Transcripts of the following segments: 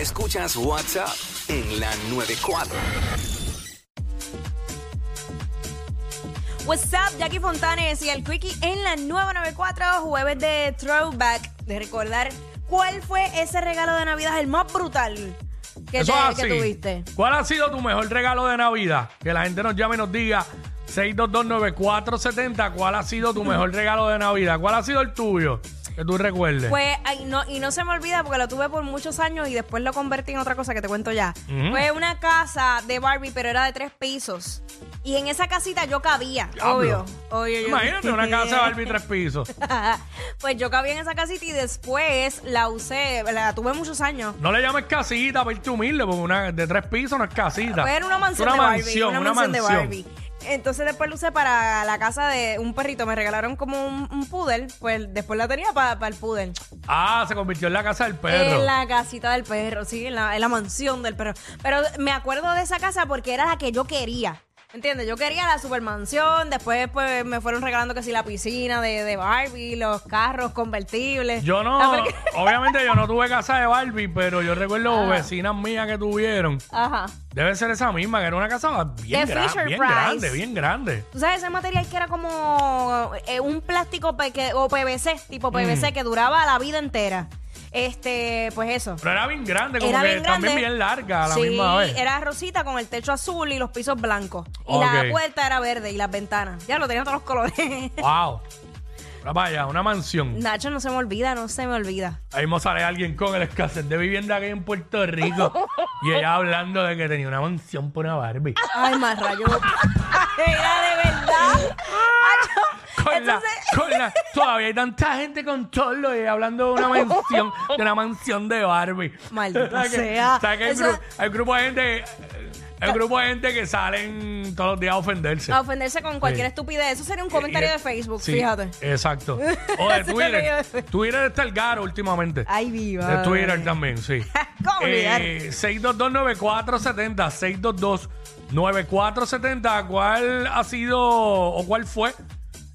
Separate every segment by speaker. Speaker 1: Escuchas WhatsApp en la 94.
Speaker 2: What's up, Jackie Fontanes y el Quickie en la nueva 94, jueves de Throwback, de recordar cuál fue ese regalo de Navidad el más brutal que,
Speaker 3: Eso
Speaker 2: te-
Speaker 3: es
Speaker 2: que
Speaker 3: así.
Speaker 2: tuviste.
Speaker 3: ¿Cuál ha sido tu mejor regalo de Navidad? Que la gente nos llame y nos diga 6229470. ¿Cuál ha sido tu mejor regalo de Navidad? ¿Cuál ha sido el tuyo? Que tú recuerdes.
Speaker 2: Pues, ay, no, y no se me olvida porque lo tuve por muchos años y después lo convertí en otra cosa que te cuento ya. Fue una casa de Barbie, pero era de tres pisos. Y en esa casita yo cabía,
Speaker 3: Diablo.
Speaker 2: obvio. obvio yo-
Speaker 3: Imagínate una casa de Barbie tres pisos.
Speaker 2: pues yo cabía en esa casita y después la usé, la tuve muchos años.
Speaker 3: No le llames casita para irte humilde, porque una de tres pisos no es casita.
Speaker 2: Pues era una mansión
Speaker 3: una
Speaker 2: de Barbie.
Speaker 3: mansión,
Speaker 2: una,
Speaker 3: una
Speaker 2: mansión, de
Speaker 3: mansión.
Speaker 2: Barbie. Entonces después lo usé para la casa de un perrito. Me regalaron como un, un poodle. Pues después la tenía para el poodle.
Speaker 3: Ah, se convirtió en la casa del perro.
Speaker 2: En la casita del perro, sí, en la, en la mansión del perro. Pero me acuerdo de esa casa porque era la que yo quería. ¿Entiendes? Yo quería la supermansión. Después pues, me fueron regalando que sí la piscina de, de Barbie, los carros convertibles.
Speaker 3: Yo no,
Speaker 2: La Ah, porque- Ah.
Speaker 3: obviamente yo no tuve casa de Barbie, pero yo recuerdo vecinas mías que tuvieron.
Speaker 2: Ajá.
Speaker 3: Debe ser esa misma, que era una casa bien,
Speaker 2: De
Speaker 3: gran-
Speaker 2: Fisher
Speaker 3: bien
Speaker 2: Price.
Speaker 3: grande, bien grande.
Speaker 2: ¿Tú sabes ese material que era como eh, un plástico pe- que- o PVC, tipo
Speaker 3: Mm.
Speaker 2: PVC, que duraba la vida entera? Este, pues eso.
Speaker 3: Pero era bien grande, como
Speaker 2: Era
Speaker 3: que
Speaker 2: bien
Speaker 3: también
Speaker 2: grande.
Speaker 3: bien larga a la
Speaker 2: sí,
Speaker 3: misma vez.
Speaker 2: era rosita con el techo azul y los pisos blancos. Y
Speaker 3: Ok.
Speaker 2: la puerta era verde y las ventanas. Ya lo tenían todos los colores.
Speaker 3: Wow. Una vaya, una mansión.
Speaker 2: Nacho, no se me olvida, no se me olvida.
Speaker 3: Ahí mismo sale alguien con el escasez de vivienda que hay en Puerto Rico. y ella hablando de que tenía una mansión por una Barbie.
Speaker 2: Ay, más rayo. Era de verdad. Nacho,
Speaker 3: Con la-
Speaker 2: entonces-
Speaker 3: con la- todavía hay tanta gente con cholo y ella hablando de una mansión, de una mansión de Barbie.
Speaker 2: Maldita
Speaker 3: ¿Sabes que-
Speaker 2: sea.
Speaker 3: ¿sabes que hay,
Speaker 2: Eso-
Speaker 3: gru- hay grupo de gente, eh, hay grupo de gente que salen todos los días a ofenderse.
Speaker 2: A ofenderse con cualquier
Speaker 3: Sí.
Speaker 2: estupidez. Eso sería un
Speaker 3: Y-
Speaker 2: comentario
Speaker 3: y-
Speaker 2: de Facebook,
Speaker 3: Eh, sí,
Speaker 2: fíjate.
Speaker 3: Exacto. O de
Speaker 2: Ese medio
Speaker 3: Twitter.
Speaker 2: de Facebook.
Speaker 3: Twitter está el garo últimamente.
Speaker 2: Ay, viva.
Speaker 3: de Twitter también, sí.
Speaker 2: ¿Cómo olvidar?
Speaker 3: Eh, 6229470, 6229470. ¿Cuál ha sido o cuál fue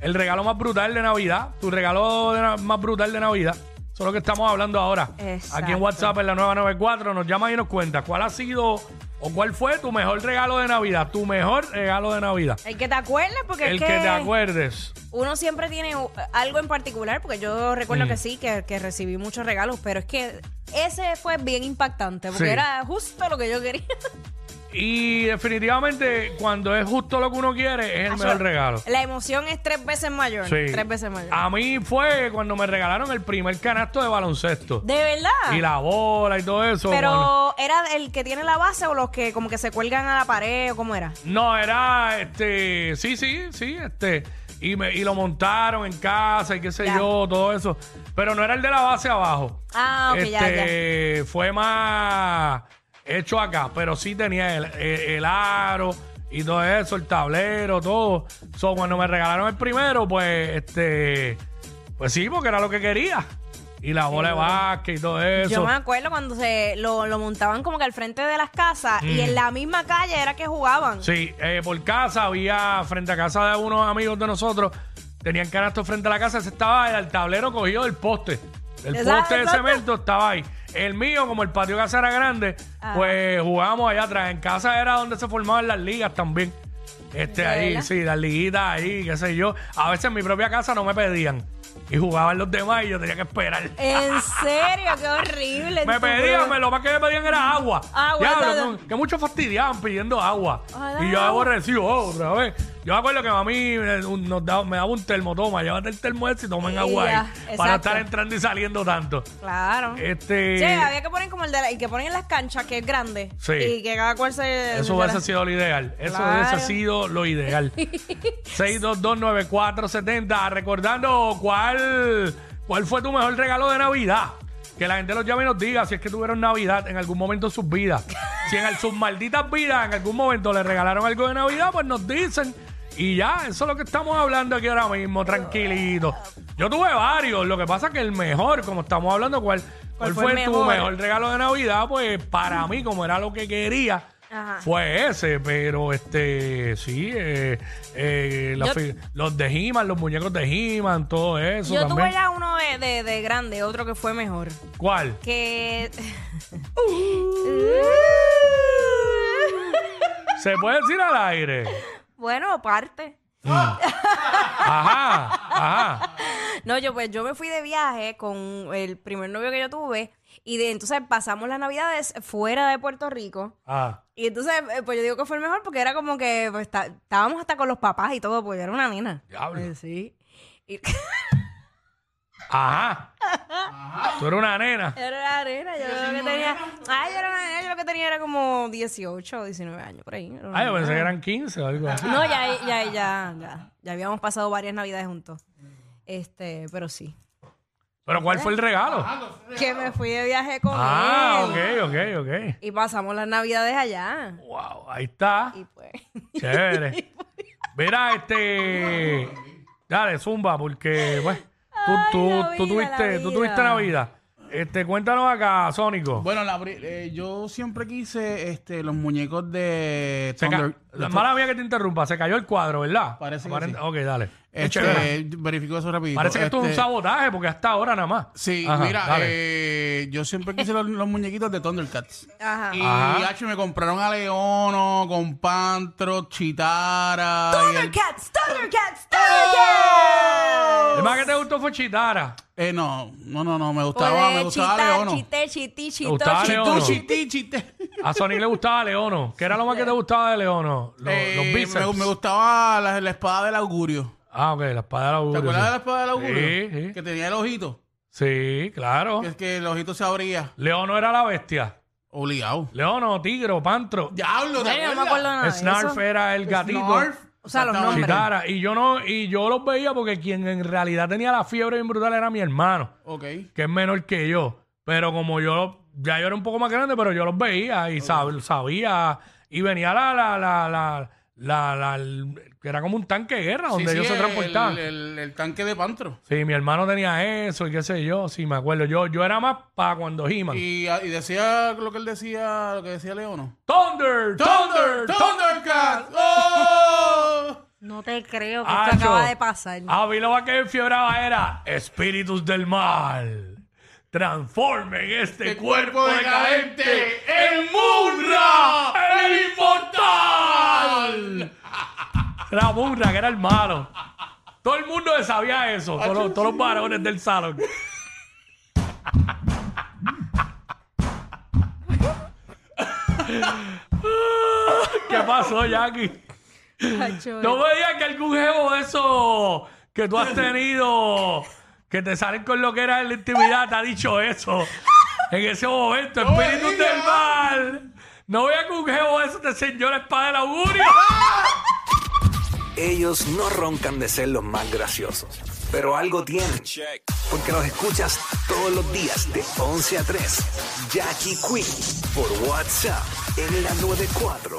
Speaker 3: el regalo más brutal de Navidad? Tu regalo de na- más brutal de Navidad. Eso es lo que estamos hablando ahora. Aquí
Speaker 2: Exacto.
Speaker 3: en WhatsApp en la 994 nos llama y nos cuenta cuál ha sido o cuál fue tu mejor regalo de Navidad. Tu mejor regalo de Navidad.
Speaker 2: El que te acuerdes, porque
Speaker 3: El
Speaker 2: es
Speaker 3: que te acuerdes.
Speaker 2: uno siempre tiene u- algo en particular, porque yo recuerdo
Speaker 3: Mm.
Speaker 2: que sí, que, que recibí muchos regalos, pero es que ese fue bien impactante, porque
Speaker 3: Sí.
Speaker 2: era justo lo que yo quería.
Speaker 3: Y definitivamente, cuando es justo lo que uno quiere, es el mejor regalo.
Speaker 2: La emoción es tres veces mayor.
Speaker 3: Sí. Ah.
Speaker 2: Tres veces mayor.
Speaker 3: A mí fue cuando me regalaron el primer canasto de baloncesto.
Speaker 2: De verdad.
Speaker 3: Y la bola y todo eso.
Speaker 2: pero
Speaker 3: mano.
Speaker 2: era el que tiene la base o los que como que se cuelgan a la pared o cómo era.
Speaker 3: No, era este. Sí, sí, sí, este. Y, me, y lo montaron en casa y qué sé
Speaker 2: Ya.
Speaker 3: yo, todo eso. Pero no era el de la base abajo.
Speaker 2: Ah, ok, ya,
Speaker 3: este, Fue más hecho acá, pero sí tenía el, el- el aro y todo eso, el tablero, todo. So, cuando me regalaron el primero, pues, este. Pues sí, porque era lo que quería. Y la bola de básquet y todo eso.
Speaker 2: Yo me acuerdo cuando se lo, lo montaban como que al frente de las casas
Speaker 3: Mm.
Speaker 2: y en la misma calle era que jugaban.
Speaker 3: Sí, eh, por casa había, frente a casa de unos amigos de nosotros, tenían canastos frente a la casa, ese estaba el tablero cogido del poste. El
Speaker 2: Exacto,
Speaker 3: poste de
Speaker 2: exacto.
Speaker 3: cemento estaba ahí. El mío, como el patio de casa era grande, pues jugábamos allá atrás. En casa era donde se formaban las ligas también. Este ahí,
Speaker 2: verdad?
Speaker 3: sí, las liguitas ahí, qué sé yo. A veces en mi propia casa no me pedían. Y jugaban los demás y yo tenía que esperar.
Speaker 2: En serio, qué horrible.
Speaker 3: Me
Speaker 2: Tú-
Speaker 3: pedían, me lo más que me pedían era agua.
Speaker 2: Agua,
Speaker 3: Diablo,
Speaker 2: todo.
Speaker 3: que, que muchos fastidiaban pidiendo agua.
Speaker 2: Ojalá.
Speaker 3: Y yo aborrecido oh, otra vez. Yo me acuerdo que a mí eh, un- nos daba- me daba un termo, toma, llévate el termo ese y tomen
Speaker 2: Y
Speaker 3: agua ahí.
Speaker 2: ya,
Speaker 3: Para no
Speaker 2: exacto.
Speaker 3: estar entrando y saliendo tanto.
Speaker 2: Claro.
Speaker 3: Este.
Speaker 2: Sí, había que poner como el de la, el que ponen en las canchas, que es grande.
Speaker 3: Sí.
Speaker 2: Y que cada cual se.
Speaker 3: Eso
Speaker 2: se-
Speaker 3: hubiese sido lo ideal. Eso
Speaker 2: Claro.
Speaker 3: hubiese sido lo ideal. 6229470. Recordando cuál, cuál fue tu mejor regalo de Navidad. Que la gente los llame y nos diga si es que tuvieron Navidad en algún momento en sus vidas. Si en el- sus malditas vidas en algún momento le regalaron algo de Navidad, pues nos dicen. Y ya, eso es lo que estamos hablando aquí ahora mismo, tranquilito. Yo tuve varios, lo que pasa es que el mejor, como estamos hablando, ¿cuál, cuál fue,
Speaker 2: fue el
Speaker 3: tu
Speaker 2: mejor?
Speaker 3: mejor regalo de Navidad? Pues para mí, como era lo que quería,
Speaker 2: Ajá.
Speaker 3: fue ese. Pero este, sí, eh, eh, la
Speaker 2: Yo-
Speaker 3: fi- los de He-Man, los muñecos de He-Man, todo eso.
Speaker 2: Yo
Speaker 3: también.
Speaker 2: tuve ya uno de, de- de grande, otro que fue mejor.
Speaker 3: ¿Cuál?
Speaker 2: Que.
Speaker 3: ¿Se puede decir al aire?
Speaker 2: bueno, parte.
Speaker 3: Ajá, ajá.
Speaker 2: No, yo pues yo me fui de viaje con el primer novio que yo tuve y de entonces pasamos las navidades fuera de Puerto Rico.
Speaker 3: Ah,
Speaker 2: Y entonces, eh, pues yo digo que fue el mejor porque era como que pues, está- estábamos hasta con los papás y todo, porque yo era una nena.
Speaker 3: Diablo.
Speaker 2: Eh, sí. Y-
Speaker 3: ajá. Tú eres una nena.
Speaker 2: Yo era una nena, yo lo que tenía. Ay, yo era una nena, yo lo que tenía era como 18 o 19 años, por ahí. era una
Speaker 3: Ay, yo
Speaker 2: nena.
Speaker 3: pensé que eran 15 o algo así.
Speaker 2: No, ya, ya, ya, ya. Ya habíamos pasado varias navidades juntos. Este, pero sí.
Speaker 3: Pero ¿cuál fue el regalo?
Speaker 2: Ah, Que me fui de viaje con
Speaker 3: Ah,
Speaker 2: él.
Speaker 3: ok, ok, ok.
Speaker 2: Y pasamos las navidades allá.
Speaker 3: Wow, ahí está.
Speaker 2: Y pues.
Speaker 3: Chévere. Mira, este. Dale, zumba, porque, bueno, tú,
Speaker 2: la
Speaker 3: tú, tú
Speaker 2: vida, la
Speaker 3: tuviste, tú
Speaker 2: vida.
Speaker 3: tuviste Navidad. Este, cuéntanos acá, Sónico.
Speaker 4: Bueno, la pri- eh, yo siempre quise este, los muñecos de
Speaker 3: Se ca-
Speaker 4: Thunder.
Speaker 3: la mala mía que te interrumpa, se cayó el cuadro, ¿verdad?
Speaker 4: Parece que
Speaker 3: Aparente-
Speaker 4: sí.
Speaker 3: Ok, dale. Qué chévere.
Speaker 4: Este, verifico eso rapidito.
Speaker 3: Parece que esto es un
Speaker 4: Este,
Speaker 3: sabotaje porque hasta ahora nada más.
Speaker 4: Sí,
Speaker 3: Ajá,
Speaker 4: mira,
Speaker 3: dale.
Speaker 4: eh, yo siempre quise los, los muñequitos de Thundercats.
Speaker 2: Ajá.
Speaker 4: Y
Speaker 3: Ajá.
Speaker 4: hacho, me compraron a Leono, con Pantro, Chitara. y el-
Speaker 2: Thundercats, Thundercats,
Speaker 3: ¡Oh!
Speaker 2: Thundercats.
Speaker 3: El más que te gustó fue Chitara.
Speaker 4: Eh, no, no, no, no, me gustaba, me
Speaker 2: Puede
Speaker 4: gustaba
Speaker 2: chitar,
Speaker 4: Leono. Ah,
Speaker 2: chité, chití, chitó,
Speaker 3: gustaba
Speaker 2: chitú,
Speaker 3: Leono?
Speaker 4: Tú,
Speaker 2: chitú.
Speaker 4: chití, chité.
Speaker 3: A Sonic le gustaba Leono. ¿Qué era lo más que te gustaba de Leono? Lo-
Speaker 4: Eh,
Speaker 3: los bíceps.
Speaker 4: Me, me gustaba la, la espada del augurio.
Speaker 3: Ah, ok, la espada de la
Speaker 4: ¿Te
Speaker 3: augurio,
Speaker 4: acuerdas
Speaker 3: sí.
Speaker 4: de la espada del augurio?
Speaker 3: Sí, sí.
Speaker 4: Que tenía el ojito.
Speaker 3: Sí, claro.
Speaker 4: Que es que el ojito se abría.
Speaker 3: Leono era la bestia.
Speaker 4: Obligado.
Speaker 3: Leono, Tigro, Pantro.
Speaker 4: Diablo, ¿te
Speaker 2: Ay, Eh, no me
Speaker 4: acuerdas?
Speaker 2: acuerdo nada de
Speaker 3: Snarf
Speaker 2: eso.
Speaker 3: era el gatito.
Speaker 4: Snarf.
Speaker 2: O sea, los
Speaker 4: Exactamente.
Speaker 2: nombres.
Speaker 3: Chitara. Y yo no, y yo los veía porque quien en realidad tenía la fiebre bien brutal era mi hermano.
Speaker 4: Ok.
Speaker 3: que es menor que yo. Pero como yo ya yo era un poco más grande, pero yo los veía y sab- sabía. Y venía la, la, la, la, la, la- el- que era como un tanque de guerra donde
Speaker 4: Sí,
Speaker 3: ellos
Speaker 4: sí,
Speaker 3: se transportaban.
Speaker 4: El, el- el tanque de Pantro.
Speaker 3: Sí, mi hermano tenía eso y qué sé yo, sí, me acuerdo. Yo, yo era más para cuando He-Man.
Speaker 4: Y, ah, y decía lo que él decía, lo que decía Leono.
Speaker 3: Thunder, Thunder, Thunder.
Speaker 4: Thundercat. ¡Oh!
Speaker 2: No te creo que
Speaker 3: Acho. Ah,
Speaker 2: esto acaba de pasar.
Speaker 3: A mí lo que me fiebraba era espíritus del mal. Transformen este
Speaker 4: Este
Speaker 3: cuerpo
Speaker 4: cuerpo
Speaker 3: decadente
Speaker 4: decadente
Speaker 3: en Munra, el inmortal. Era Munra, que era el malo. Todo el mundo sabía eso, todos los, todos los varones del salón. ¿Qué pasó, Jackie?
Speaker 2: Acho,
Speaker 3: No me digas que algún jevo de eso que tú has tenido, que te salen con lo que era en la intimidad, te ha dicho eso. En ese momento,
Speaker 4: me
Speaker 3: espíritu
Speaker 4: digas.
Speaker 3: del mal. No veas que un jevo de eso te enseñó la espada del augurio.
Speaker 4: ¡Ah!
Speaker 1: Ellos no roncan de ser los más graciosos, pero algo tienen. Porque los escuchas todos los días de 11 a 3. Jackie Quinn por WhatsApp en la 94.